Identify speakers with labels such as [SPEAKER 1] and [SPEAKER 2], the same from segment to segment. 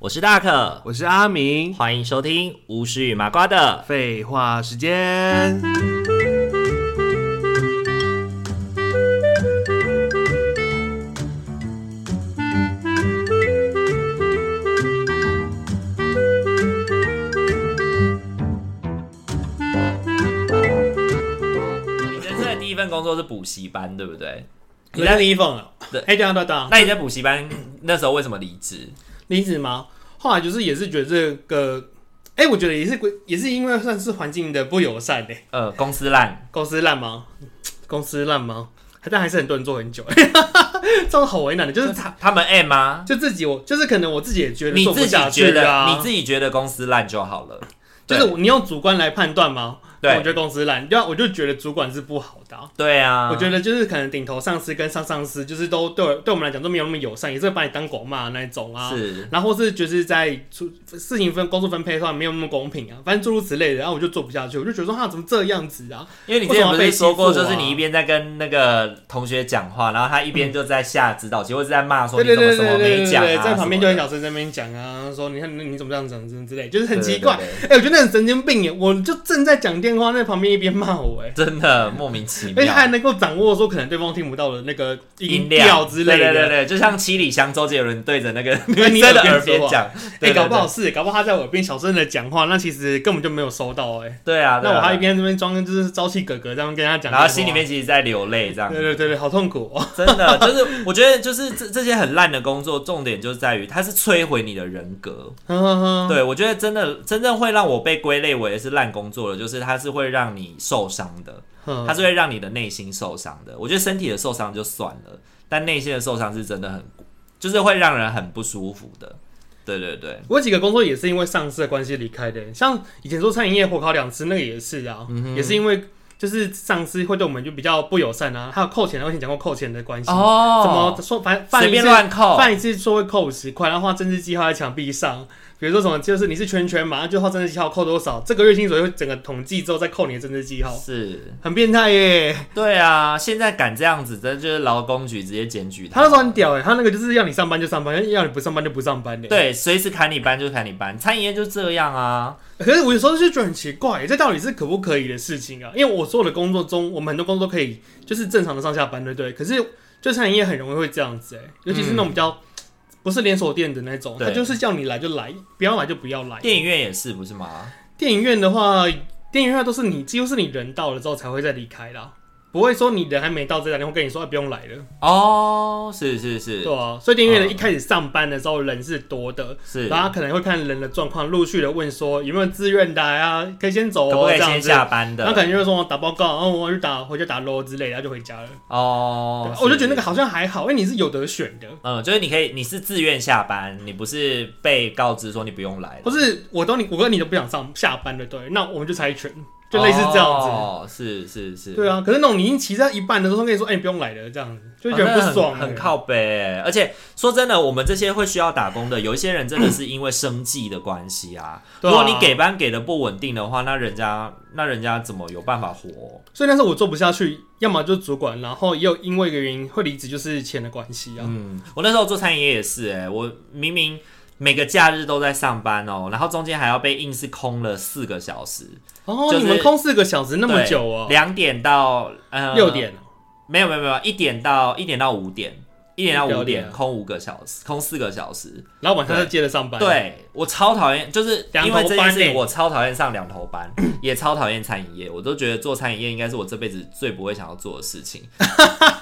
[SPEAKER 1] 我是大可，
[SPEAKER 2] 我是阿明。
[SPEAKER 1] 欢迎收听巫师与麻瓜的。
[SPEAKER 2] 废话时间，
[SPEAKER 1] 你人生的第一份工作是补习班，对不对？
[SPEAKER 3] 你在李凤了？
[SPEAKER 1] 对
[SPEAKER 3] 哎，等一下等一下等一下，
[SPEAKER 1] 那你在补习班那时候为什么离职？
[SPEAKER 3] 离职吗？后来就是也是觉得这个，哎、我觉得也是归也是因为算是环境的不友善嘞、
[SPEAKER 1] 呃，公司烂，
[SPEAKER 3] 公司烂吗？公司烂吗？但还是很多人做很久、欸 这种好为难的，就是他
[SPEAKER 1] 他们 M 吗？
[SPEAKER 3] 就自己我就是可能我自己也觉得
[SPEAKER 1] 你
[SPEAKER 3] 做不
[SPEAKER 1] 自己
[SPEAKER 3] 下
[SPEAKER 1] 觉
[SPEAKER 3] 去
[SPEAKER 1] 得，
[SPEAKER 3] 啊，
[SPEAKER 1] 你自己觉得公司烂就好了。
[SPEAKER 3] 就是你用主观来判断吗？
[SPEAKER 1] 对
[SPEAKER 3] 我觉得公司烂，对啊，我就觉得主管是不好的啊、
[SPEAKER 1] 对啊，
[SPEAKER 3] 我觉得就是可能顶头上司跟上上司就是都对我对我们来讲都没有那么友善，也是会把你当狗骂的那一种啊。
[SPEAKER 1] 是
[SPEAKER 3] 然后是就是在出事情分工作分配上没有那么公平啊，反正诸如此类的，然后我就做不下去，我就觉得说他怎么这样子啊？
[SPEAKER 1] 因为你之前不是说过，
[SPEAKER 3] 为什
[SPEAKER 1] 就
[SPEAKER 3] 么要被欺负啊
[SPEAKER 1] 是你一边在跟那个同学讲话，然后他一边就在下指导棋，或者在骂说
[SPEAKER 3] 对
[SPEAKER 1] 你
[SPEAKER 3] 对
[SPEAKER 1] 怎么什么
[SPEAKER 3] 对对对
[SPEAKER 1] 没
[SPEAKER 3] 对
[SPEAKER 1] 讲
[SPEAKER 3] 对，
[SPEAKER 1] 啊，
[SPEAKER 3] 在旁边就
[SPEAKER 1] 什
[SPEAKER 3] 很
[SPEAKER 1] 么的
[SPEAKER 3] 小声在那边讲啊，说你看你怎么这样讲之类，就是很
[SPEAKER 1] 对
[SPEAKER 3] 奇怪。
[SPEAKER 1] 对对
[SPEAKER 3] 哎、我觉得那很神经病耶！我就正在讲电话，那旁边一边骂我哎。
[SPEAKER 1] 真的莫名其
[SPEAKER 3] 而且还
[SPEAKER 1] 妙。
[SPEAKER 3] 能够掌握说可能对方听不到的那个
[SPEAKER 1] 音
[SPEAKER 3] 调
[SPEAKER 1] 量
[SPEAKER 3] 之类
[SPEAKER 1] 对
[SPEAKER 3] 的，
[SPEAKER 1] 对对，对就像七里香周杰伦对着那个女
[SPEAKER 3] 跟你
[SPEAKER 1] 生的
[SPEAKER 3] 耳边
[SPEAKER 1] 耳边
[SPEAKER 3] 说话
[SPEAKER 1] 讲，
[SPEAKER 3] 哎、
[SPEAKER 1] 对对
[SPEAKER 3] 搞不
[SPEAKER 1] 对
[SPEAKER 3] 好是，搞不好他在我耳边小声的讲话，那其实根本就没有收到哎、
[SPEAKER 1] 对啊，对啊
[SPEAKER 3] 那我还一边这边装就是朝气哥哥，这样跟他讲电话，
[SPEAKER 1] 然后心里面嗯其实在流泪，这样
[SPEAKER 3] 对对对对，好痛苦哦。
[SPEAKER 1] 真的就是，我觉得就是这这些很烂的工作，重点就在于它是摧毁你的人格。
[SPEAKER 3] 呵呵呵，
[SPEAKER 1] 对我觉得真的真正会让我被归类为是烂工作的，就是它是会让你受伤的，它
[SPEAKER 3] 嗯
[SPEAKER 1] 是会让你的内心受伤的。我觉得身体的受伤就算了，但内心的受伤是真的很，就是会让人很不舒服的。对对对，
[SPEAKER 3] 我有几个工作也是因为上司的关系离开的，像以前做餐饮业火烤两次那个也是啊，
[SPEAKER 1] 嗯
[SPEAKER 3] 也是因为就是上司会对我们就比较不友善啊，还有扣钱的，我以前讲过扣钱的关系，怎么
[SPEAKER 1] 哦，
[SPEAKER 3] 说反
[SPEAKER 1] 随
[SPEAKER 3] 犯一
[SPEAKER 1] 便
[SPEAKER 3] 次
[SPEAKER 1] 乱扣，
[SPEAKER 3] 犯一次说会扣五十块，然后画政治记号在墙壁上，比如说什么就是你是圈圈嘛，就画政治记号扣多少，这个月薪水会整个统计之后再扣你的政治记号，
[SPEAKER 1] 是。
[SPEAKER 3] 很变态耶。
[SPEAKER 1] 对啊，现在敢这样子，真就是劳工局直接检举
[SPEAKER 3] 他那时候很屌哎，他那个就是要你上班就上班，要你不上班就不上班的。
[SPEAKER 1] 对，随时砍你班就砍你班，餐饮业就这样啊。
[SPEAKER 3] 可是我有时候就觉得很奇怪，这到底是可不可以的事情啊？因为我所有的工作中，我们很多工作都可以就是正常的上下班，对不对？可是就餐饮业很容易会这样子、欸，尤其是那种比较、不是连锁店的那种，
[SPEAKER 1] 对
[SPEAKER 3] 他就是叫你来就来，不要来就不要来。
[SPEAKER 1] 电影院也是，不是吗？
[SPEAKER 3] 电影院的话，电影院都是你几乎是你人到了之后才会再离开啦，不会说你人还没到这打电话跟你说、啊、不用来了，
[SPEAKER 1] 哦，是是是
[SPEAKER 3] 对啊。所以电影院
[SPEAKER 1] 嗯
[SPEAKER 3] 的一开始上班的时候人是多的，
[SPEAKER 1] 是，
[SPEAKER 3] 然后他可能会看人的状况，陆续的问说有没有自愿的啊，可以先走
[SPEAKER 1] 可
[SPEAKER 3] 哦、
[SPEAKER 1] 不可以
[SPEAKER 3] 这
[SPEAKER 1] 先
[SPEAKER 3] 样子。
[SPEAKER 1] 下班
[SPEAKER 3] 然后可
[SPEAKER 1] 的？
[SPEAKER 3] 能就是说我打报告，然后我去打回去打 low 之类的，然后就回家了。
[SPEAKER 1] 哦
[SPEAKER 3] 对，啊我就觉得那个
[SPEAKER 1] 是。
[SPEAKER 3] 好像还好，因为你是有得选的，
[SPEAKER 1] 嗯，就是你可以，你是自愿下班，你不是被告知说你不用来了，
[SPEAKER 3] 不是我都你我跟你都不想上下班的，对，那我们就猜拳，就类似这样子。
[SPEAKER 1] 哦，是是是，
[SPEAKER 3] 对啊，可是那种你已经骑在一半的时候，跟你说，哎、你不用来了，这样子就
[SPEAKER 1] 啊
[SPEAKER 3] 觉得
[SPEAKER 1] 那
[SPEAKER 3] 不爽、
[SPEAKER 1] 很很。靠北欸、而且说真的，我们这些会需要打工的，有一些人真的是因为生计的关系啊。
[SPEAKER 3] 对
[SPEAKER 1] 如
[SPEAKER 3] 啊
[SPEAKER 1] 果你给班给的不稳定的话，那人家那人家怎么有办法活？
[SPEAKER 3] 所以那时候我做不下去，要么就是主管，然后也有因为一个原因会离职，就是钱的关系啊。
[SPEAKER 1] 嗯，我那时候做餐饮业也是、欸，哎，我明明每个假日都在上班哦、然后中间还要被硬是空了四个小时，
[SPEAKER 3] 哦，
[SPEAKER 1] 就是
[SPEAKER 3] 你们空四个小时那么久哦、
[SPEAKER 1] 两点到呃
[SPEAKER 3] 六，点哦、
[SPEAKER 1] 没有没有没有，一点到一点到五点。一点到五
[SPEAKER 3] 了解
[SPEAKER 1] 点空五个小时，空四个小时。
[SPEAKER 3] 然后晚上再接着上班。，
[SPEAKER 1] 对我超讨厌，就是因为这
[SPEAKER 3] 两头
[SPEAKER 1] 件
[SPEAKER 3] 班
[SPEAKER 1] 事情，
[SPEAKER 3] 欸
[SPEAKER 1] 我超讨厌上两头 班，也超讨厌餐饮业。我都觉得做餐饮业应该是我这辈子最不会想要做的事 情。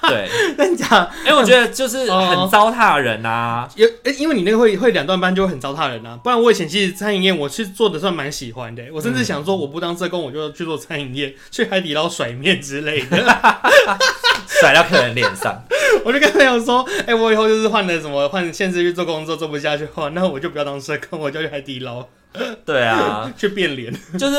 [SPEAKER 1] 对，
[SPEAKER 3] 真假？
[SPEAKER 1] 因为我觉得就是很
[SPEAKER 3] 哦
[SPEAKER 1] 糟蹋人啊。
[SPEAKER 3] 有，欸因为你那个会会两段班就会很糟蹋人啊。不然我以前其实餐饮业我是做的算蛮喜欢的、我甚
[SPEAKER 1] 嗯
[SPEAKER 3] 至想说我不当社工，我就去做餐饮业，去海底捞甩面之类的。
[SPEAKER 1] 甩到客人脸上。
[SPEAKER 3] 我就跟朋友说，哎、我以后就是换了什么换现实去做工作做不下去的话，那我就不要当社工，我就去海底捞
[SPEAKER 1] 对啊，
[SPEAKER 3] 去变 脸。
[SPEAKER 1] 就是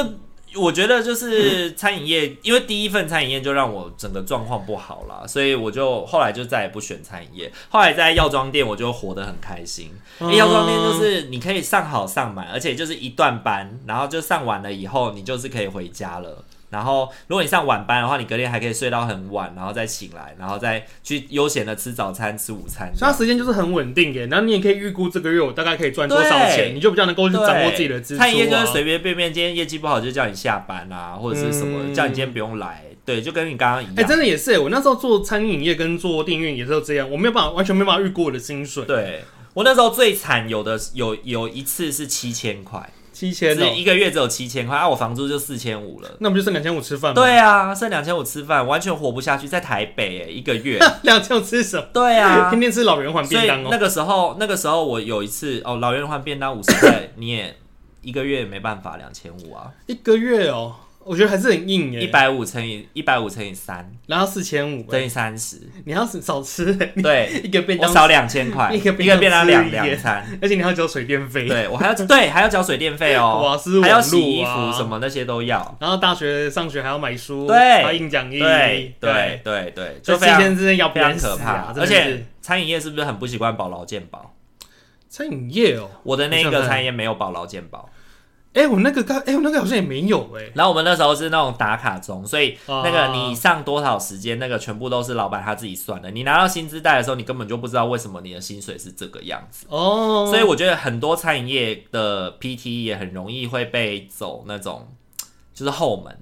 [SPEAKER 1] 我觉得就是餐饮业，因为第一份餐饮业就让我整个状况不好啦，所以我就后来就再也不选餐饮业。后来在药妆店我就活得很开心，因为药妆店
[SPEAKER 3] 嗯
[SPEAKER 1] 就是你可以上好上满，而且就是一段班，然后就上完了以后你就是可以回家了。然后如果你上晚班的话，你隔天还可以睡到很晚，然后再醒来，然后再去悠闲的吃早餐、吃午餐。
[SPEAKER 3] 所以它时间就是很稳定耶，然后你也可以预估这个月我大概可以赚多少
[SPEAKER 1] 对
[SPEAKER 3] 钱，你就比较能够去
[SPEAKER 1] 对
[SPEAKER 3] 掌握自己的支出、啊。
[SPEAKER 1] 餐饮业就是随便便便，今天业绩不好就叫你下班啊，或者是什么，
[SPEAKER 3] 嗯
[SPEAKER 1] 叫你今天不用来。对，就跟你刚刚一
[SPEAKER 3] 哎、
[SPEAKER 1] 样。
[SPEAKER 3] 真的也是耶，我那时候做餐饮业跟做订阅也是这样，我没有办法完全没有办法预估我的薪水，
[SPEAKER 1] 对我那时候最惨，有的有有一次是七千块，
[SPEAKER 3] 七
[SPEAKER 1] 只
[SPEAKER 3] 千哦、
[SPEAKER 1] 是一个月只有七千块，啊，我房租就四千五了。
[SPEAKER 3] 那不就剩两千五吃饭吗？
[SPEAKER 1] 对啊，剩两千五吃饭，完全活不下去，在台北、欸、一个 月。
[SPEAKER 3] 两千五吃什么？
[SPEAKER 1] 对啊，
[SPEAKER 3] 天天吃老人环
[SPEAKER 1] 所
[SPEAKER 3] 便
[SPEAKER 1] 以
[SPEAKER 3] 当哦、
[SPEAKER 1] 那个时候，那个时候我有一次哦，老人换便当五十 块，你也一个月也没办法两千五啊，
[SPEAKER 3] 一个月哦、我觉得还是很硬耶，
[SPEAKER 1] 一，百五乘以一百五乘以三
[SPEAKER 3] 然后四千五，
[SPEAKER 1] 等于三十，
[SPEAKER 3] 你要是少吃 耶，
[SPEAKER 1] 对，
[SPEAKER 3] 一个便
[SPEAKER 1] 我
[SPEAKER 3] 当，
[SPEAKER 1] 少两千块，
[SPEAKER 3] 一
[SPEAKER 1] 一个
[SPEAKER 3] 个便当
[SPEAKER 1] 便当两
[SPEAKER 3] 吃一夜
[SPEAKER 1] 两餐，
[SPEAKER 3] 而且你还要交水电费，
[SPEAKER 1] 对我还要对还要缴水电费
[SPEAKER 3] 瓦
[SPEAKER 1] 哦
[SPEAKER 3] 斯，
[SPEAKER 1] 还要
[SPEAKER 3] 网
[SPEAKER 1] 洗
[SPEAKER 3] 路
[SPEAKER 1] 衣
[SPEAKER 3] 啊
[SPEAKER 1] 服什么那些都要，
[SPEAKER 3] 然后大学上学还要买书，
[SPEAKER 1] 对
[SPEAKER 3] 还要印讲义，
[SPEAKER 1] 对对，对对，
[SPEAKER 3] 这
[SPEAKER 1] 就
[SPEAKER 3] 七
[SPEAKER 1] 非常
[SPEAKER 3] 天之内要啊
[SPEAKER 1] 非常可怕，而
[SPEAKER 3] 而且
[SPEAKER 1] 且餐饮业是不是很不习惯保劳健保？
[SPEAKER 3] 餐饮业哦、
[SPEAKER 1] 我的那
[SPEAKER 3] 我想
[SPEAKER 1] 个
[SPEAKER 3] 看
[SPEAKER 1] 餐饮业没有保劳健保，
[SPEAKER 3] 哎、我那个刚，哎、我那个好像也没有哎、
[SPEAKER 1] 然后我们那时候是那种打卡钟，所以
[SPEAKER 3] 啊
[SPEAKER 1] 那个你上多少时间，那个全部都是老板他自己算的。你拿到薪资袋的时候，你根本就不知道为什么你的薪水是这个样子。
[SPEAKER 3] 哦，
[SPEAKER 1] 所以我觉得很多餐饮业的 PT 也很容易会被走那种就是后门，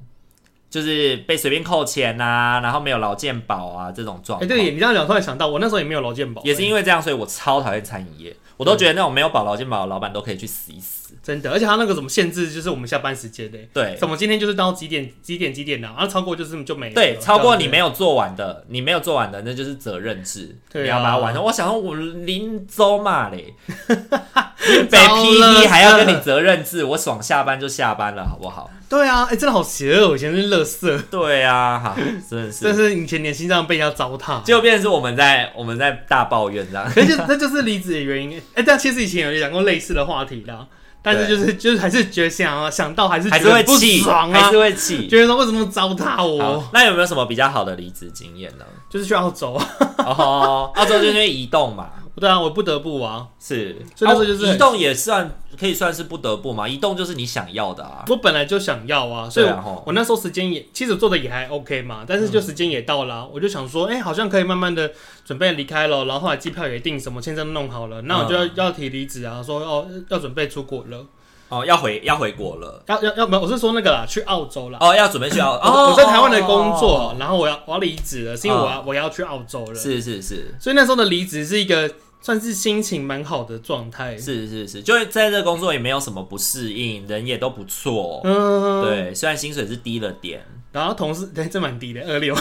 [SPEAKER 1] 就是被随便扣钱啊，然后没有劳健保啊这种状
[SPEAKER 3] 哎、
[SPEAKER 1] 况。
[SPEAKER 3] 对，你这样讲，突然想到，我那时候也没有劳健保、欸
[SPEAKER 1] 也是因为这样，所以我超讨厌餐饮业。我都觉得那种没有保劳健保的老板都可以去死一死。
[SPEAKER 3] 真的，而且他那个什么限制，就是我们下班时间的、
[SPEAKER 1] 对
[SPEAKER 3] 什么今天就是到几点几点几点的、然后超过就是就没了
[SPEAKER 1] 对，超过你没
[SPEAKER 3] 有，
[SPEAKER 1] 有做完的，你没有做完的，那就是责任制，
[SPEAKER 3] 对啊
[SPEAKER 1] 你要把它完成。我想说，我临走嘛嘞， 你被
[SPEAKER 3] 糟了
[SPEAKER 1] PT E 还要跟你责任制，我爽下班就下班了，好不好？
[SPEAKER 3] 对啊，哎、真的好邪恶，我以前是乐色，
[SPEAKER 1] 对啊，哈，真的是
[SPEAKER 3] 但是以前年薪这样被人家糟蹋，
[SPEAKER 1] 就变成是我们在我们在大抱怨这样。
[SPEAKER 3] 可是就那就是离职的原因。哎、但其实以前有讲过类似的话题啦，但是
[SPEAKER 1] 对
[SPEAKER 3] 就是就是还是觉得想啊想到还是
[SPEAKER 1] 还
[SPEAKER 3] 觉
[SPEAKER 1] 是
[SPEAKER 3] 得
[SPEAKER 1] 会
[SPEAKER 3] 不
[SPEAKER 1] 气，
[SPEAKER 3] 爽
[SPEAKER 1] 还
[SPEAKER 3] 啊
[SPEAKER 1] 是，会气。
[SPEAKER 3] 觉得说为什么糟蹋我，
[SPEAKER 1] 好，那有没有什么比较好的离职经验 呢？
[SPEAKER 3] 就是去澳洲啊，
[SPEAKER 1] 哦，澳洲就是因为移动嘛，
[SPEAKER 3] 对啊，我不得不啊，
[SPEAKER 1] 是，
[SPEAKER 3] 所以那时候就是
[SPEAKER 1] 啊移动也算可以算是不得不嘛，移动就是你想要的啊。
[SPEAKER 3] 我本来就想要啊，所以
[SPEAKER 1] 对
[SPEAKER 3] 我,、
[SPEAKER 1] 啊吼嗯
[SPEAKER 3] 那时候时间也其实做的也还 OK 嘛，但是就时间也到了啊、我就想说，哎、好像可以慢慢的准备离开了，然后后来机票也订，什么签证都弄好了，那我就
[SPEAKER 1] 嗯
[SPEAKER 3] 要、要提离职啊，说哦要准备出国了，
[SPEAKER 1] 哦，要回要回国了，
[SPEAKER 3] 要要要没有，我是说那个啦，去澳洲啦。
[SPEAKER 1] 哦，要准备去澳。
[SPEAKER 3] 我
[SPEAKER 1] 哦，
[SPEAKER 3] 我在台湾的工作，
[SPEAKER 1] 哦，
[SPEAKER 3] 然后我要我要离职了，是因为我要、我要去澳洲了，
[SPEAKER 1] 是是是
[SPEAKER 3] 所以那时候的离职是一个算是心情蛮好的状态，
[SPEAKER 1] 是是是，就是在这工作也没有什么不适应，人也都不错。
[SPEAKER 3] 嗯，，
[SPEAKER 1] 对，虽然薪水是低了点，
[SPEAKER 3] 然后同事对这蛮低的二六，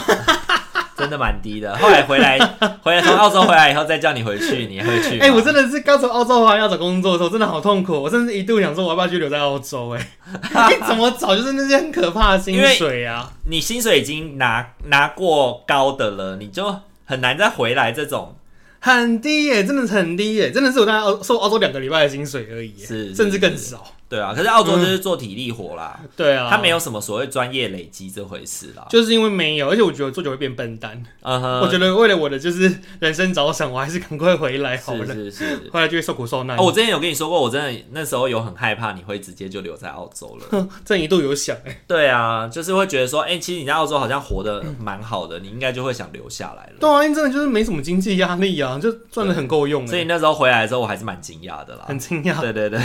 [SPEAKER 1] 真的蛮低的。后来回 来，回来从澳洲回来以后再叫你回去，你会去吗？
[SPEAKER 3] 哎、我真的是刚从澳洲回来要找工作的时候，真的好痛苦。我甚至一度想说，我要不要去留在澳洲、 哎，你怎么找就是那些很可怕的薪水啊？
[SPEAKER 1] 你薪水已经拿拿过高的了，你就很难再回来这种。
[SPEAKER 3] 很低耶、真的是很低耶、真的是我大概澳受澳洲两个礼拜的薪水而已、耶
[SPEAKER 1] 是是
[SPEAKER 3] 甚至更少。
[SPEAKER 1] 对啊，可是澳洲就是做体力活啦，
[SPEAKER 3] 对啊，
[SPEAKER 1] 他没有什么所谓专业累积这回事啦。
[SPEAKER 3] 就是因为没有，而且我觉得我做久会变笨蛋。
[SPEAKER 1] 嗯哼，
[SPEAKER 3] 我觉得为了我的就是 人生着想，我还是赶快回来好了，
[SPEAKER 1] 是是是。
[SPEAKER 3] 回来就会受苦受难。
[SPEAKER 1] 哦，我之前有跟你说过，我真的那时候有很害怕你会直接就留在澳洲了。
[SPEAKER 3] 这一度有想、哎，
[SPEAKER 1] 对啊，就是会觉得说，哎、其实你在澳洲好像活得蛮好的，你应该就会想留下来了。
[SPEAKER 3] 对啊，因为真的就是没什么经济压力啊，就赚的很够用、
[SPEAKER 1] 所以啊
[SPEAKER 3] 哎，
[SPEAKER 1] 那时候回来的时候，我还是蛮惊讶的啦。
[SPEAKER 3] 很惊讶，
[SPEAKER 1] 对对对，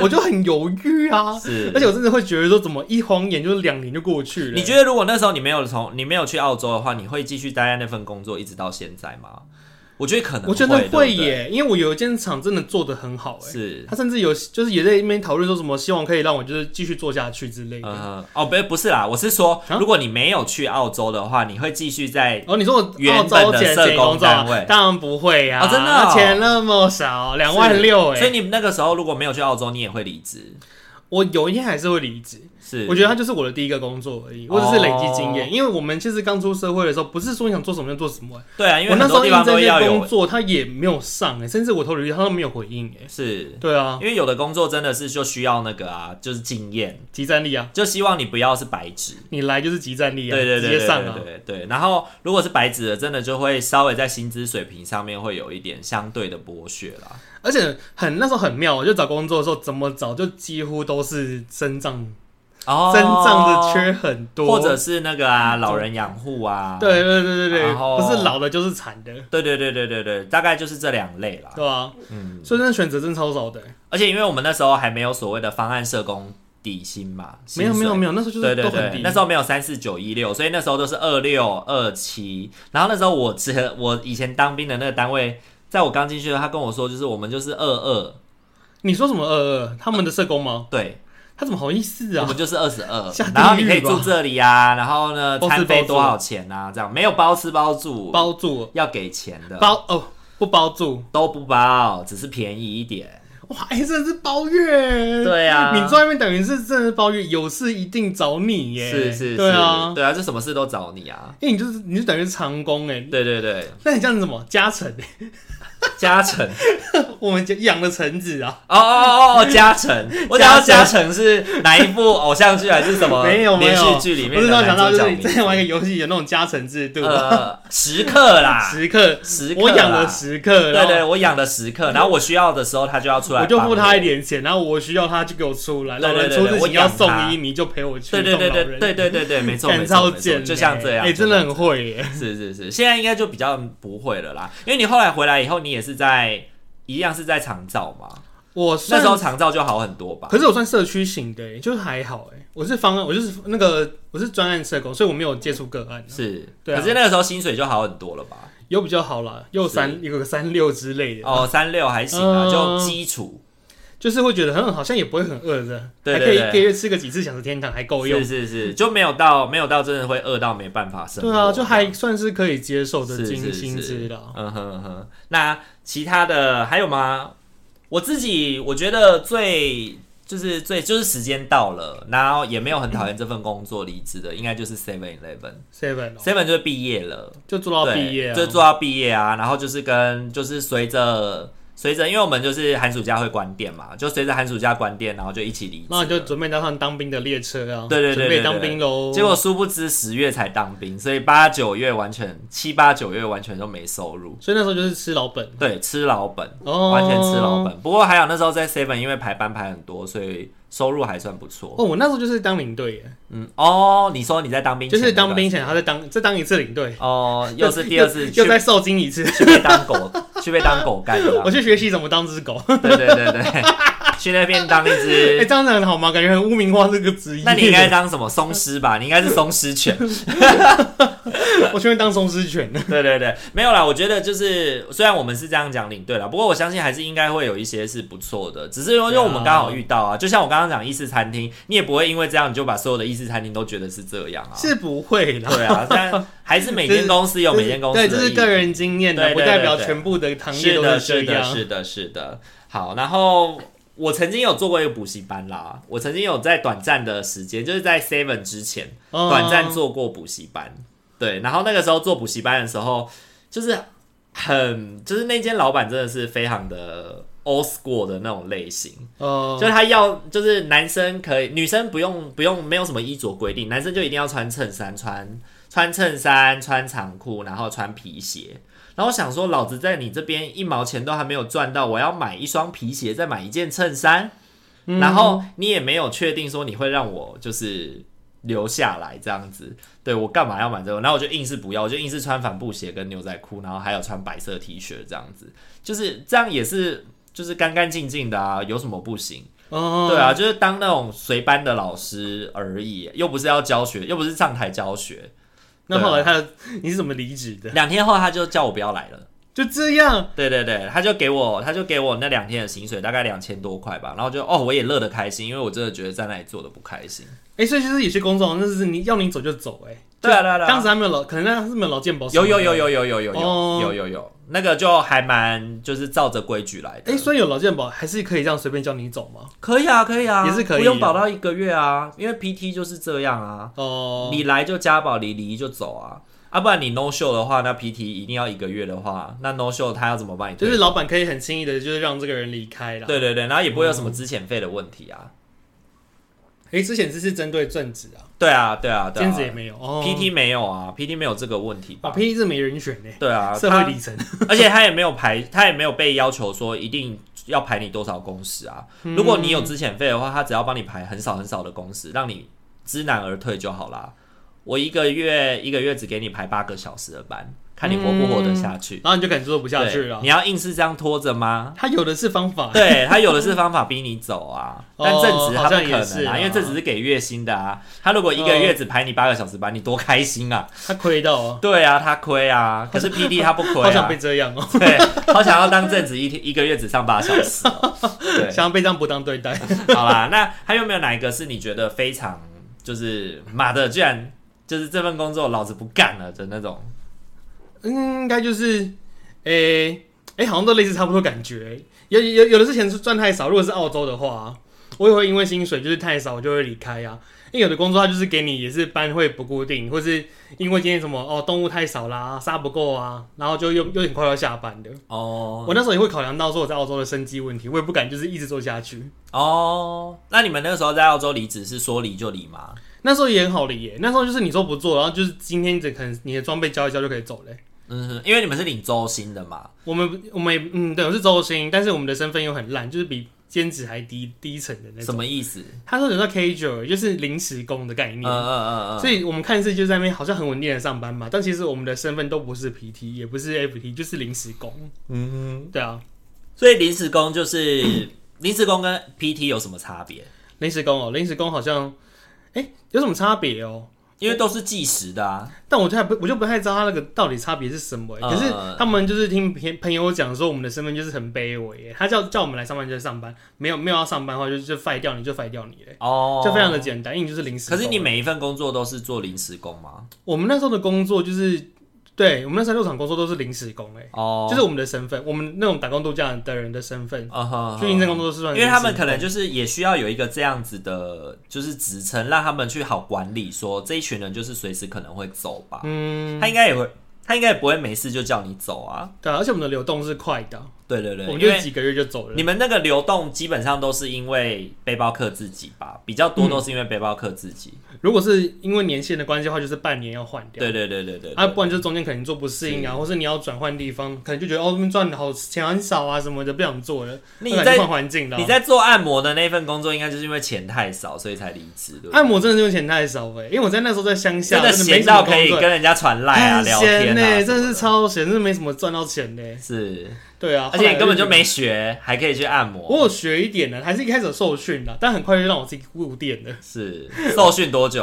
[SPEAKER 3] 我就很犹豫啊。
[SPEAKER 1] 是
[SPEAKER 3] 而。且我真的会觉得说，怎么一晃眼就是两年就过去了？
[SPEAKER 1] 你觉得如果那时候你没有从你没有去澳洲的话，你会继续待在那份工作一直到现在吗？我觉得可能
[SPEAKER 3] 我觉
[SPEAKER 1] 对
[SPEAKER 3] 得
[SPEAKER 1] 不对
[SPEAKER 3] 会耶，因为我有一间厂真的做的很好哎，
[SPEAKER 1] 是，
[SPEAKER 3] 他甚至有就是也在那边讨论说什么希望可以让我就是继续做下去之类的。
[SPEAKER 1] 嗯，哦，不，不是啦，我是说，
[SPEAKER 3] 啊
[SPEAKER 1] 如果你没有去澳洲的话，你会继续在
[SPEAKER 3] 哦，你说我澳
[SPEAKER 1] 原本
[SPEAKER 3] 洲
[SPEAKER 1] 的
[SPEAKER 3] 减
[SPEAKER 1] 社
[SPEAKER 3] 减
[SPEAKER 1] 工
[SPEAKER 3] 工作啊
[SPEAKER 1] 单位
[SPEAKER 3] 当然不会呀、
[SPEAKER 1] 哦真的哦
[SPEAKER 3] 那钱那么少，两万六
[SPEAKER 1] 所以
[SPEAKER 3] 哎，
[SPEAKER 1] 你那个时候如果没有去澳洲，你也会离职，
[SPEAKER 3] 我有一天还是会离职。
[SPEAKER 1] 是？哦
[SPEAKER 3] 我觉得它就是我的第一个工作而已，或者是累积经验。因为我们其实刚出社会的时候，不是说你想做什么就做什么、哎
[SPEAKER 1] 对啊，因为
[SPEAKER 3] 我那
[SPEAKER 1] 很
[SPEAKER 3] 时
[SPEAKER 1] 多
[SPEAKER 3] 候
[SPEAKER 1] 地
[SPEAKER 3] 应
[SPEAKER 1] 方
[SPEAKER 3] 征
[SPEAKER 1] 都
[SPEAKER 3] 一些
[SPEAKER 1] 要
[SPEAKER 3] 工
[SPEAKER 1] 有，
[SPEAKER 3] 作，他也没有上哎、甚至我投履历他都没有回应哎、
[SPEAKER 1] 是
[SPEAKER 3] 对啊，
[SPEAKER 1] 因为有的工作真的是就需要那个啊，就是经验，
[SPEAKER 3] 集战力啊。
[SPEAKER 1] 就希望你不要是白纸。
[SPEAKER 3] 你来就是集战力啊，
[SPEAKER 1] 对对对
[SPEAKER 3] 直
[SPEAKER 1] 对
[SPEAKER 3] 接上
[SPEAKER 1] 对
[SPEAKER 3] 啊
[SPEAKER 1] 对。对对，然后如果是白纸的，真的就会稍微在薪资水平上面会有一点相对的剥削啦。
[SPEAKER 3] 而且很那时候很妙，我就找工作的时候，怎么找就几乎都是升账
[SPEAKER 1] 哦
[SPEAKER 3] 身上的缺很多，
[SPEAKER 1] 或者是那个啊，老人养护啊，
[SPEAKER 3] 对对对对对，
[SPEAKER 1] 然后
[SPEAKER 3] 不是老的就是残的，
[SPEAKER 1] 对对对对对对，大概就是这两类啦。
[SPEAKER 3] 对吧？
[SPEAKER 1] 嗯，
[SPEAKER 3] 所以那选择真的超少的，
[SPEAKER 1] 而且因为我们那时候还没有所谓的方案社工底薪嘛，
[SPEAKER 3] 没有没有没
[SPEAKER 1] 有。
[SPEAKER 3] 有，那时候就
[SPEAKER 1] 对
[SPEAKER 3] 是
[SPEAKER 1] 对
[SPEAKER 3] 都很
[SPEAKER 1] 对
[SPEAKER 3] 低，，
[SPEAKER 1] 那时候没有三四九一六，所以那时候都是二六二七。然后那时候我只我以前当兵的那个单位，在我刚进去的时候，他跟我说就是我们就是二二，
[SPEAKER 3] 你说什么二二？他们的社工吗？
[SPEAKER 1] 对，
[SPEAKER 3] 他怎么好意思
[SPEAKER 1] 我
[SPEAKER 3] 啊
[SPEAKER 1] 们？就是二十二
[SPEAKER 3] 下地。狱吧
[SPEAKER 1] 然后你可以住这里啊，然后呢
[SPEAKER 3] 包吃
[SPEAKER 1] 餐费
[SPEAKER 3] 包住
[SPEAKER 1] 多少钱啊？这样没有包吃包住，
[SPEAKER 3] 包住
[SPEAKER 1] 要给钱的，
[SPEAKER 3] 包哦，不包住
[SPEAKER 1] 都不包，只是便宜一点。
[SPEAKER 3] 哇！哎、真的是包月，
[SPEAKER 1] 对啊
[SPEAKER 3] 你坐外面等于是真的是包月，有事一定找你耶，
[SPEAKER 1] 是是是，
[SPEAKER 3] 对啊，哎
[SPEAKER 1] 对啊，这什么事都找你 啊。
[SPEAKER 3] 因为你就是你就等于是长工哎，
[SPEAKER 1] 对对对，
[SPEAKER 3] 那你这样子怎么加成？
[SPEAKER 1] 加成，
[SPEAKER 3] 我们养的橙子啊，
[SPEAKER 1] 哦哦 哦哦，加成，我想要加成是哪一部偶像剧还是什么
[SPEAKER 3] 没有没
[SPEAKER 1] 连
[SPEAKER 3] 有，
[SPEAKER 1] 续剧里面的
[SPEAKER 3] 我只想到
[SPEAKER 1] 男
[SPEAKER 3] 就
[SPEAKER 1] 主角
[SPEAKER 3] 是你
[SPEAKER 1] 名字？
[SPEAKER 3] 在玩一个游戏有那种加成制度，
[SPEAKER 1] 呃，时刻啦，
[SPEAKER 3] 时刻
[SPEAKER 1] 时刻啦
[SPEAKER 3] 我养了时刻，
[SPEAKER 1] 对
[SPEAKER 3] 然后
[SPEAKER 1] 对，我养了时刻，然后我需要的时候他就要出来，
[SPEAKER 3] 我就付他一。点钱，然后我需要他就给我出来，
[SPEAKER 1] 对
[SPEAKER 3] 老
[SPEAKER 1] 对
[SPEAKER 3] 人
[SPEAKER 1] 对
[SPEAKER 3] 出
[SPEAKER 1] 对
[SPEAKER 3] 事
[SPEAKER 1] 我
[SPEAKER 3] 情要
[SPEAKER 1] 养
[SPEAKER 3] 送
[SPEAKER 1] 他
[SPEAKER 3] 医，你就陪我去
[SPEAKER 1] 对对对
[SPEAKER 3] 送老
[SPEAKER 1] 对
[SPEAKER 3] 人
[SPEAKER 1] 对对对对，没错没
[SPEAKER 3] 干
[SPEAKER 1] 错
[SPEAKER 3] 超
[SPEAKER 1] 没错，
[SPEAKER 3] 贱，
[SPEAKER 1] 就像这样，
[SPEAKER 3] 哎，
[SPEAKER 1] 就
[SPEAKER 3] 真
[SPEAKER 1] 像
[SPEAKER 3] 的很会耶，
[SPEAKER 1] 是是是，现在应该就比较不会了啦，因为你后来回来以后，你也是在一样是在长照嘛，
[SPEAKER 3] 我
[SPEAKER 1] 那
[SPEAKER 3] 算
[SPEAKER 1] 时候长照就好很多吧。
[SPEAKER 3] 可是我算社区型的耶，就是还好哎，我是方案，我就是那个我是专案社工，所以我没有接触个案，
[SPEAKER 1] 是，
[SPEAKER 3] 对啊
[SPEAKER 1] 可是那个时候薪水就好很多了吧？
[SPEAKER 3] 有比较好啦，又
[SPEAKER 1] 是
[SPEAKER 3] 三有个三六之类的，
[SPEAKER 1] 哦，三六还行啊，
[SPEAKER 3] 嗯
[SPEAKER 1] 就基础。
[SPEAKER 3] 就是会觉得很好像也不会很饿的，
[SPEAKER 1] 对
[SPEAKER 3] 还
[SPEAKER 1] 对
[SPEAKER 3] 可以
[SPEAKER 1] 对
[SPEAKER 3] 一个月吃个几次享食天堂还够用
[SPEAKER 1] 是，是是，就没有到没有到真的会饿到没办法生活。
[SPEAKER 3] 对啊，就还算是可以接受的
[SPEAKER 1] 是
[SPEAKER 3] 金
[SPEAKER 1] 是
[SPEAKER 3] 薪
[SPEAKER 1] 是
[SPEAKER 3] 资啦。
[SPEAKER 1] 嗯哼嗯哼。那其他的还有吗？我自己我觉得最就是最就是时间到了，然后也没有很讨厌这份工作离职的，应该就是 Seven Eleven。
[SPEAKER 3] seven 哦
[SPEAKER 1] Seven 就是毕业了，
[SPEAKER 3] 就做到
[SPEAKER 1] 对，
[SPEAKER 3] 毕业啊，
[SPEAKER 1] 就做到毕业啊，然后就是跟就是随着随着，因为我们就是寒暑假会关店嘛，就随着寒暑假关店，然后就一起离职
[SPEAKER 3] 那
[SPEAKER 1] 了。
[SPEAKER 3] 你就准备搭上当兵的列车啊，
[SPEAKER 1] 对对对对对
[SPEAKER 3] 准备当兵喽。
[SPEAKER 1] 结果殊不知十月才当兵，所以八九月完全七八九月完全都没收入，
[SPEAKER 3] 所以那时候就是吃老本，
[SPEAKER 1] 对，吃老本，
[SPEAKER 3] 哦，
[SPEAKER 1] 完全吃老。本。不过还有那时候在 Seven，因为排班排很多，所以收入还算不错。
[SPEAKER 3] 哦，我那时候就是当领队欸耶，
[SPEAKER 1] 嗯，哦，你说你在当兵
[SPEAKER 3] 就
[SPEAKER 1] 前那
[SPEAKER 3] 是
[SPEAKER 1] 段时间，
[SPEAKER 3] 当兵前，他再当再当一次领队，
[SPEAKER 1] 哦，又是第二次去
[SPEAKER 3] 又再受惊一次。
[SPEAKER 1] 去被当狗， 去被当狗干的啊，
[SPEAKER 3] 我去学习怎么当只狗，
[SPEAKER 1] 对对对对， 去那边当一只
[SPEAKER 3] 哎， 这样子很好吗？感觉很污名化这个职业。
[SPEAKER 1] 那你应该当什么松狮吧？你应该是松狮犬。
[SPEAKER 3] 我去当松狮犬，
[SPEAKER 1] 对对对，没有啦。我觉得就是，虽然我们是这样讲领队啦，不过我相信还是应该会有一些是不错的。只是
[SPEAKER 3] 啊
[SPEAKER 1] 因为因为我们刚好遇到啊，就像我刚刚讲意式餐厅，你也不会因为这样你就把所有的意式餐厅都觉得是这样啊。
[SPEAKER 3] 是不会啦。
[SPEAKER 1] 对啊，但还是每间公司有每间公司
[SPEAKER 3] 对，
[SPEAKER 1] 的
[SPEAKER 3] 这是个人经验
[SPEAKER 1] 对
[SPEAKER 3] 的，
[SPEAKER 1] 对
[SPEAKER 3] 不
[SPEAKER 1] 对
[SPEAKER 3] 代表
[SPEAKER 1] 对
[SPEAKER 3] 全部的行业
[SPEAKER 1] 是
[SPEAKER 3] 都
[SPEAKER 1] 的，
[SPEAKER 3] 这
[SPEAKER 1] 是的，
[SPEAKER 3] 样。
[SPEAKER 1] 是的，是的。好，然后我曾经有做过一个补习班啦，我曾经有在短暂的时间，就是在 Seven 之前，
[SPEAKER 3] 嗯
[SPEAKER 1] 短暂做过补习班，对，然后那个时候做补习班的时候，就是很就是那间老板真的是非常的 old school 的那种类型，
[SPEAKER 3] 哦
[SPEAKER 1] 就是他要就是男生可以，女生不用不用没有什么衣着规定，男生就一定要穿衬衫，穿穿衬衫，穿长裤，然后穿皮鞋。然后我想说，老子在你这边一毛钱都还没有赚到，我要买一双皮鞋，再买一件衬衫，然后你也没有确定说你会让我就是留下来这样子，对我干嘛要买这个？然后我就硬是不要，我就硬是穿帆布鞋跟牛仔裤，然后还有穿白色 T 恤这样子，就是这样也是就是干干净净的啊，有什么不行？
[SPEAKER 3] 哦，
[SPEAKER 1] 对啊，就是当那种随班的老师而已，又不是要教学，又不是上台教学。
[SPEAKER 3] 那
[SPEAKER 1] 对啊
[SPEAKER 3] 后来他你是怎么离职的？
[SPEAKER 1] 两天后他就叫我不要来了。
[SPEAKER 3] 就这样，
[SPEAKER 1] 对对对，他就给我，他就给我那两天的薪水，大概两千多块吧。然后就哦，我也乐得开心，因为我真的觉得在那里做的不开心。
[SPEAKER 3] 哎、所以就是有些工作，那是你要你走就走、哎，
[SPEAKER 1] 对啊对啊对啊
[SPEAKER 3] 当时还没有老，可能那时候是没有劳健保，
[SPEAKER 1] 有有有，有有有有有
[SPEAKER 3] 哦
[SPEAKER 1] 有有有，那个就还蛮就是照着规矩来的。
[SPEAKER 3] 哎、所以有劳健保还是可以这样随便叫你走吗？
[SPEAKER 1] 可以啊，可以啊，
[SPEAKER 3] 也是可以
[SPEAKER 1] 不用保到一个月啊，因为 PT 就是这样啊，
[SPEAKER 3] 哦、
[SPEAKER 1] 你来就加保，你离就走啊。啊，不然你 no show 的话，那 PT 一定要一个月的话，那 no show 他要怎么帮你
[SPEAKER 3] 就
[SPEAKER 1] 推？
[SPEAKER 3] 是老板可以很轻易的，就是让这个人离开啦。，
[SPEAKER 1] 对对对，然后也不会有什
[SPEAKER 3] 嗯
[SPEAKER 1] 么资遣费的问题啊。
[SPEAKER 3] 哎、之前这是针对正职啊，
[SPEAKER 1] 对啊，对啊，对
[SPEAKER 3] 兼
[SPEAKER 1] 啊
[SPEAKER 3] 职。也没有哦。
[SPEAKER 1] PT 没有啊，PT 没有这个问题
[SPEAKER 3] 啊
[SPEAKER 1] 吧？
[SPEAKER 3] ，PT 是没人选的、
[SPEAKER 1] 对啊，
[SPEAKER 3] 社
[SPEAKER 1] 他
[SPEAKER 3] 会底层，
[SPEAKER 1] 而且他也没有排，他也没有被要求说一定要排你多少工时啊。
[SPEAKER 3] 嗯
[SPEAKER 1] 如果你有资遣费的话，他只要帮你排很少很少的工时，让你知难而退就好啦。我一个月一个月只给你排八个小时的班，看你活不活得下去。
[SPEAKER 3] 然后你就感觉做不下去
[SPEAKER 1] 对
[SPEAKER 3] 了
[SPEAKER 1] 你。要硬是这样拖着吗？
[SPEAKER 3] 他有的是方法，
[SPEAKER 1] 对他有的是方法逼你走啊，
[SPEAKER 3] 哦
[SPEAKER 1] 但正职他
[SPEAKER 3] 好
[SPEAKER 1] 不
[SPEAKER 3] 像
[SPEAKER 1] 可
[SPEAKER 3] 也是
[SPEAKER 1] 能啊，
[SPEAKER 3] 啊哦
[SPEAKER 1] 因为正职是给月薪的啊。他如果一个月只排你八个小时班，你多开心啊！
[SPEAKER 3] 他亏到啊，
[SPEAKER 1] 对啊，他亏啊， 可是 P D 他不亏
[SPEAKER 3] 好想
[SPEAKER 1] 啊
[SPEAKER 3] 被，这样哦，
[SPEAKER 1] 对，好想要当正职一天一个月只上八小时哦、对，
[SPEAKER 3] 想要被这样不当对待。
[SPEAKER 1] 好啦，那还有没有哪一个是你觉得非常就是妈的，居然就是这份工作老子不干了的那种？
[SPEAKER 3] 嗯，应该就是，诶、诶、好像都类似差不多感觉。有有有的是钱是赚太少，如果是澳洲的话，我也会因为薪水就是太少，我就会离开啊。因为有的工作它就是给你也是班会不固定，或是因为今天什么哦动物太少啦，杀不够啊，然后就又又很快要下班的。
[SPEAKER 1] 哦
[SPEAKER 3] 我那时候也会考量到说我在澳洲的生计问题，我也不敢就是一直做下去。
[SPEAKER 1] 哦，那你们那个时候在澳洲离职是说离就离吗？
[SPEAKER 3] 那时候也很好理耶，那时候就是你说不做，然后就是今天只可能你的装备交一交就可以走嘞。
[SPEAKER 1] 嗯，因为你们是领周薪的嘛。
[SPEAKER 3] 我们我们也嗯，对，我是周薪，但是我们的身份又很烂，就是比兼职还低低层的那
[SPEAKER 1] 什
[SPEAKER 3] 种。
[SPEAKER 1] 么意思？
[SPEAKER 3] 他说有叫 K 九，就是临时工的概
[SPEAKER 1] 嗯
[SPEAKER 3] 念。
[SPEAKER 1] 嗯嗯嗯，
[SPEAKER 3] 所以我们看似就在那边好像很稳定的上班嘛，但其实我们的身份都不是 PT，也不是 FT，就是临时工。
[SPEAKER 1] 嗯
[SPEAKER 3] 对啊，
[SPEAKER 1] 所以临时工就是临时工跟 PT 有什么差别？
[SPEAKER 3] 临时工哦，临时工好像，哎、有什么差别哦？
[SPEAKER 1] 因为都是计时的啊。
[SPEAKER 3] 但我就还不我就不太知道他那个到底差别是什么、欸
[SPEAKER 1] 嗯
[SPEAKER 3] 可是他们就是听朋朋友讲说，我们的身份就是很卑微耶。他叫叫我们来上班就上班，没有没有要上班的话就就废掉你就废掉你嘞。
[SPEAKER 1] 哦
[SPEAKER 3] 就非常的。简单，因为你就是临时
[SPEAKER 1] 可
[SPEAKER 3] 工。
[SPEAKER 1] 是你每一份工作都是做临时工吗？
[SPEAKER 3] 我们那时候的工作就是，对我们那时候六场工作都是临时工、欸，哎、
[SPEAKER 1] 哦，
[SPEAKER 3] 就是我们的身份，我们那种打工度假的人的身份，
[SPEAKER 1] 啊哈，
[SPEAKER 3] 去应征工作都是算
[SPEAKER 1] 因
[SPEAKER 3] 临时工，
[SPEAKER 1] 为他们可能就是也需要有一个这样子的，就是职称，让他们去好管理说这一群人就是随时可能会走吧。
[SPEAKER 3] 嗯，
[SPEAKER 1] 他应该也会，他应该也不会没事就叫你走啊。
[SPEAKER 3] 对啊，而且我们的流动是快的，
[SPEAKER 1] 对对对，
[SPEAKER 3] 我们
[SPEAKER 1] 因
[SPEAKER 3] 就
[SPEAKER 1] 为
[SPEAKER 3] 几个月就走了
[SPEAKER 1] 你。们那个流动基本上都是因为背包客自己吧，比较多都是因为背包客自己。
[SPEAKER 3] 如果是因为年限的关系的话，就是半年要换掉。
[SPEAKER 1] 对对对对对，
[SPEAKER 3] 啊，
[SPEAKER 1] 对
[SPEAKER 3] 不然就是中间可能做不适应啊，或是你要转换地方，可能就觉得哦，这边赚的好钱很少啊什么的，不想做了，
[SPEAKER 1] 你
[SPEAKER 3] 那可能
[SPEAKER 1] 在
[SPEAKER 3] 就换环境了啊。
[SPEAKER 1] 你在做按摩的那份工作，应该就是因为钱太少，所以才离职，对不对？
[SPEAKER 3] 按摩啊真的是用钱太少哎、因为我在那时候在乡下，
[SPEAKER 1] 真的
[SPEAKER 3] 真
[SPEAKER 1] 闲
[SPEAKER 3] 没什么
[SPEAKER 1] 到可以
[SPEAKER 3] 工作
[SPEAKER 1] 跟人家传赖啊、
[SPEAKER 3] 很
[SPEAKER 1] 聊
[SPEAKER 3] 闲
[SPEAKER 1] 天
[SPEAKER 3] 呢、
[SPEAKER 1] 啊，
[SPEAKER 3] 真的是
[SPEAKER 1] 什么
[SPEAKER 3] 超闲，真的没什么赚到钱呢、
[SPEAKER 1] 的是，
[SPEAKER 3] 对啊，
[SPEAKER 1] 而且你根本就
[SPEAKER 3] 后来
[SPEAKER 1] 没学，还可以去按
[SPEAKER 3] 就觉得。我
[SPEAKER 1] 摩，
[SPEAKER 3] 有学一点呢，还是一开始有受训的，但很快就让我自己固定了，
[SPEAKER 1] 是受训多久？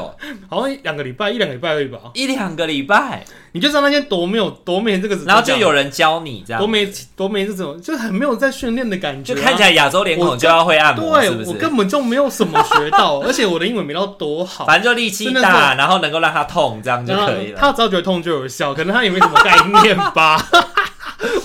[SPEAKER 3] 好像一两个礼拜一两个礼拜而已吧。
[SPEAKER 1] 一两个礼拜，
[SPEAKER 3] 你就知道那些多没有多没这个指甲，
[SPEAKER 1] 然后就有人教你这样
[SPEAKER 3] 多，没多没这种，就是很没有在训练的感觉、
[SPEAKER 1] 就
[SPEAKER 3] 啊，
[SPEAKER 1] 看起来亚洲脸
[SPEAKER 3] 我
[SPEAKER 1] 孔
[SPEAKER 3] 就
[SPEAKER 1] 就要会按摩，
[SPEAKER 3] 对
[SPEAKER 1] 是不
[SPEAKER 3] 我
[SPEAKER 1] 是？
[SPEAKER 3] 根本就没有什么学到， 而且我的英文没到多好。
[SPEAKER 1] 反正就力气
[SPEAKER 3] 真的
[SPEAKER 1] 大，然后能够让他痛，这样就
[SPEAKER 3] 然后
[SPEAKER 1] 可以了。
[SPEAKER 3] 他只要觉得痛就有效，可能他也没什么概念吧。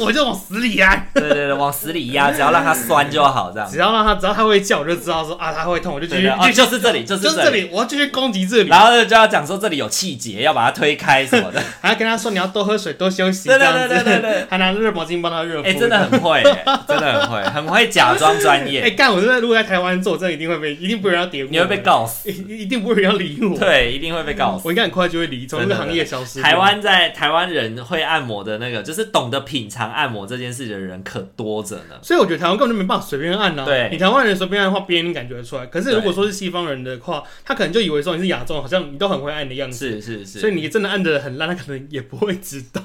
[SPEAKER 3] 我就往死里压，
[SPEAKER 1] 对对对，往死里压，只要让他酸就好，这样
[SPEAKER 3] 只。要让他只要他会叫，我就知道说啊他会痛，嗯我就继
[SPEAKER 1] 对
[SPEAKER 3] 续
[SPEAKER 1] 对，哦，就是这里，就
[SPEAKER 3] 就是是这
[SPEAKER 1] 这里。
[SPEAKER 3] 里，我要继续攻击这里，
[SPEAKER 1] 然后就要讲说这里有气节，要把它推开什 么的。
[SPEAKER 3] 还要跟他说你要多喝水、多休息，
[SPEAKER 1] 对对
[SPEAKER 3] 这样子，
[SPEAKER 1] 对对对 对
[SPEAKER 3] 还拿热毛巾帮他热敷。
[SPEAKER 1] 哎、真的很会、欸，真的很会，很会假装专
[SPEAKER 3] 哎
[SPEAKER 1] 业，
[SPEAKER 3] 干！我真的如果在台湾做，真的一定会被，一定不会有人要点我，
[SPEAKER 1] 你会被，告死。
[SPEAKER 3] 一一定不会有人要理我。
[SPEAKER 1] 对，一定会被告死。
[SPEAKER 3] 哎我应该很快就会离，从这个行业消失。
[SPEAKER 1] 台湾在台湾人会按摩的那个，就是懂得品尝按摩这件事的人可多着呢。
[SPEAKER 3] 所以我觉得台湾根本就没办法随便按啊。
[SPEAKER 1] 对
[SPEAKER 3] 你台湾人随便按的话，别人感觉得出来。可是如果说是西方人的话，他可能就以为说你是亚洲，好像你都很会按的样子。
[SPEAKER 1] 是是是，
[SPEAKER 3] 嗯所以你真的按的很烂，他可能也不会知道。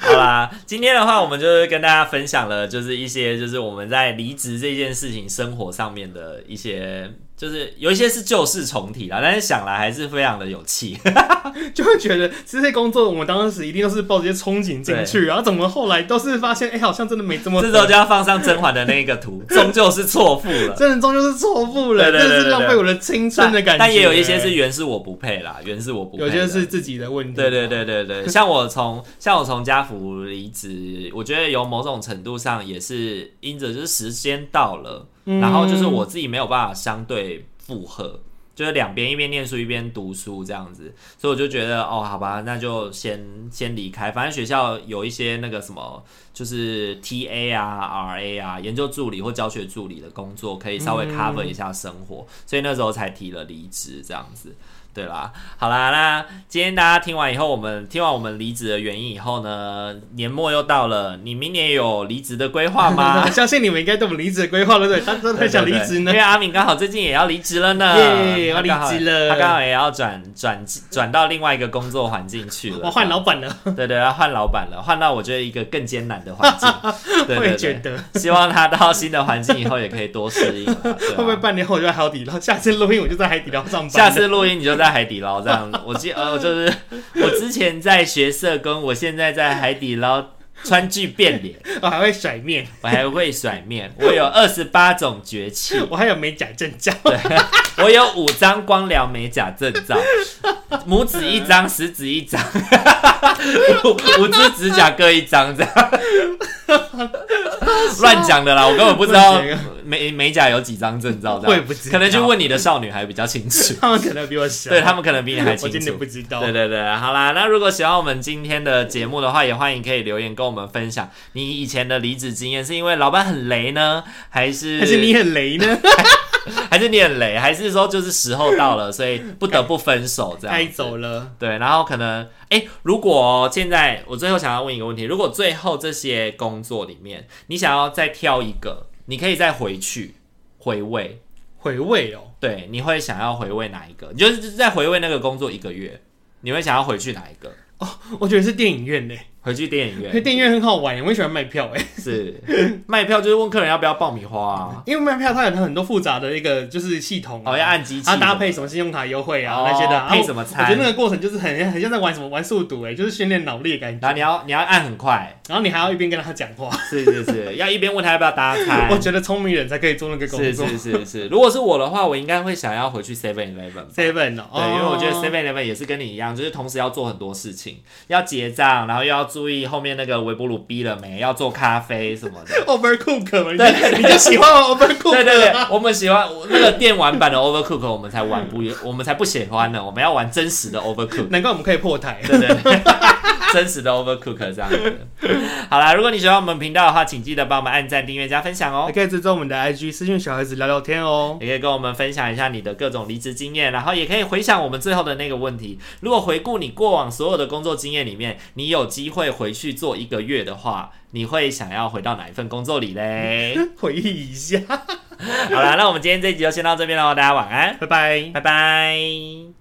[SPEAKER 1] 好啦，今天的话，我们就是跟大家分享了，就是一些就是我们在离职这件事情生活上面的一些，就是有一些是旧事重提啦，但是想来还是非常的有 气。
[SPEAKER 3] 就会觉得这些工作，我们当时一定都是抱着一些憧憬进去，然后怎么后来都是发现，哎、好像真的没这么
[SPEAKER 1] 这时候就要放上甄嬛的那个图，终究是错付了。
[SPEAKER 3] 真的终究是错付了，
[SPEAKER 1] 对对对
[SPEAKER 3] 真的是
[SPEAKER 1] 对对
[SPEAKER 3] 浪费我的青春的感觉。
[SPEAKER 1] 但但也有一些是，缘是我不配啦，缘是我不配
[SPEAKER 3] 有
[SPEAKER 1] 的。
[SPEAKER 3] 些是自己的问题。
[SPEAKER 1] 对对，对对对，像我从像我从家福离职，我觉得有某种程度上也是因着就是时间到了，然后就是我自己没有办法相对负荷。就是两边一边念书一边读书这样子，所以我就觉得哦，好吧，那就先先离开。反正学校有一些那个什么，就是 T A 啊、R A 啊，研究助理或教学
[SPEAKER 3] 嗯
[SPEAKER 1] 助理的工作，可以稍微 cover 一下生活，所以那时候才提了离职这样子。对啦，好啦，那今天大家听完以后，我们听完我们离职的原因以后呢，年末又到了，你明年有离职的规划吗
[SPEAKER 3] 啊 ？相信你们应该对我们离职的规划了，对不对？他真的很想离职呢
[SPEAKER 1] 因为。阿敏刚好最近也要离职了呢，
[SPEAKER 3] 耶
[SPEAKER 1] 他刚好
[SPEAKER 3] 我离职了
[SPEAKER 1] 他刚好也要转转转到另外一个工作环境去了，
[SPEAKER 3] 我换老板了，
[SPEAKER 1] 对对，要换老板了，换到我觉得一个更艰难的环 境，对
[SPEAKER 3] 我也
[SPEAKER 1] 对
[SPEAKER 3] 觉
[SPEAKER 1] 对，
[SPEAKER 3] 得。
[SPEAKER 1] 希望他到新的环境以后也可以多适应啊，对啊
[SPEAKER 3] 会不会半年后我就在海底捞？下次录音我就在海底捞上班。
[SPEAKER 1] 下次录音你就在海底捞这样。我记呃，我 就是我之前在学社工，我现在在海底捞川剧变脸，
[SPEAKER 3] 我还会甩面，
[SPEAKER 1] 我还会甩面，我有二十八种绝技，
[SPEAKER 3] 我还有美甲证照。
[SPEAKER 1] 我有五张光疗美甲证 照，拇指一张，食指一张，五五只指甲各一张，这样。乱讲的啦，我根本不知道
[SPEAKER 3] 乱讲啊
[SPEAKER 1] 美美甲有几张证照，这
[SPEAKER 3] 我也
[SPEAKER 1] 样
[SPEAKER 3] 不知道
[SPEAKER 1] 可能去问你的少女还比较清楚。
[SPEAKER 3] 他们可能比我小，
[SPEAKER 1] 对他们可能比你还
[SPEAKER 3] 我
[SPEAKER 1] 清
[SPEAKER 3] 真的
[SPEAKER 1] 楚
[SPEAKER 3] 不。知道。
[SPEAKER 1] 对对对，好啦，那如果喜欢我们今天的节目的话，也欢迎可以留言跟我们分享你以前的离职经验，是因为老板很雷呢，还是
[SPEAKER 3] 还是你很雷呢？
[SPEAKER 1] 还是你很雷，还是说就是时候到了，所以不得不分手这样
[SPEAKER 3] 该
[SPEAKER 1] 子
[SPEAKER 3] 哎走了。
[SPEAKER 1] 对，然后可能，哎、如果现在我最后想要问一个问题，如果最后这些工作里面，你想要再挑一个，你可以再回去回味，
[SPEAKER 3] 回味哦，
[SPEAKER 1] 对，你会想要回味哪一个？你就是就是在回味那个工作一个月，你会想要回去哪一个？
[SPEAKER 3] 我觉得是电影院呢，
[SPEAKER 1] 回去电影
[SPEAKER 3] 因为
[SPEAKER 1] 院
[SPEAKER 3] 电影院很好玩，我也喜欢卖票哎，
[SPEAKER 1] 是卖票，就是问客人要不要爆米花 啊，
[SPEAKER 3] 因为卖票它有很多复杂的一个就是系统啊，
[SPEAKER 1] 哦好要按机器
[SPEAKER 3] 它
[SPEAKER 1] 什么的，
[SPEAKER 3] 搭配什么信用卡优惠啊
[SPEAKER 1] 哦
[SPEAKER 3] 那些的啊，
[SPEAKER 1] 配什么
[SPEAKER 3] 我
[SPEAKER 1] 餐
[SPEAKER 3] 觉得那个过程就是很很像在玩什么玩速读哎，就是训练脑力的感觉。
[SPEAKER 1] 然后你要你要按很快，
[SPEAKER 3] 然后你还要一边跟他讲话，
[SPEAKER 1] 是是是，要一边问他要不要搭餐
[SPEAKER 3] 我。觉得聪明人才可以做那个工
[SPEAKER 1] 哎是
[SPEAKER 3] 作。
[SPEAKER 1] 是是是，如果是我的话，我应该会想要回去 Seven Eleven。
[SPEAKER 3] Seven 哦，
[SPEAKER 1] 对，因为我觉得 Seven Eleven 也是跟你一样，就是同时要做很多事情，要结账，然后又要注意后面那个微波炉逼了没，要做咖啡什么 的。
[SPEAKER 3] 哦 Overcook 嘛，你
[SPEAKER 1] 对
[SPEAKER 3] 就你就喜欢玩 Overcook，
[SPEAKER 1] 对对对
[SPEAKER 3] 啊，
[SPEAKER 1] 我们喜欢我那个电玩版的 Overcook，我们才玩不，我们才不喜欢呢，我们要玩真实 的 Overcook。
[SPEAKER 3] 难怪我们可以破台。
[SPEAKER 1] 对对对， 真实的 Overcook 这样子。好啦，如果你喜欢我们频道的话，请记得帮我们按赞、订阅、加分享哦
[SPEAKER 3] 还。可以追踪我们的 IG，私讯小孩子聊聊天哦。
[SPEAKER 1] 也可以跟我们分享一下你的各种离职经验，然后也可以回想我们最后的那个问题。如果回顾你过往所有的工作经验里面，你有机会回去做一个月的话，你会想要回到哪一份工作里嘞？
[SPEAKER 3] 回忆一下，
[SPEAKER 1] 好啦，那我们今天这集就先到这边喽，大家晚安，
[SPEAKER 3] 拜拜。
[SPEAKER 1] 拜拜。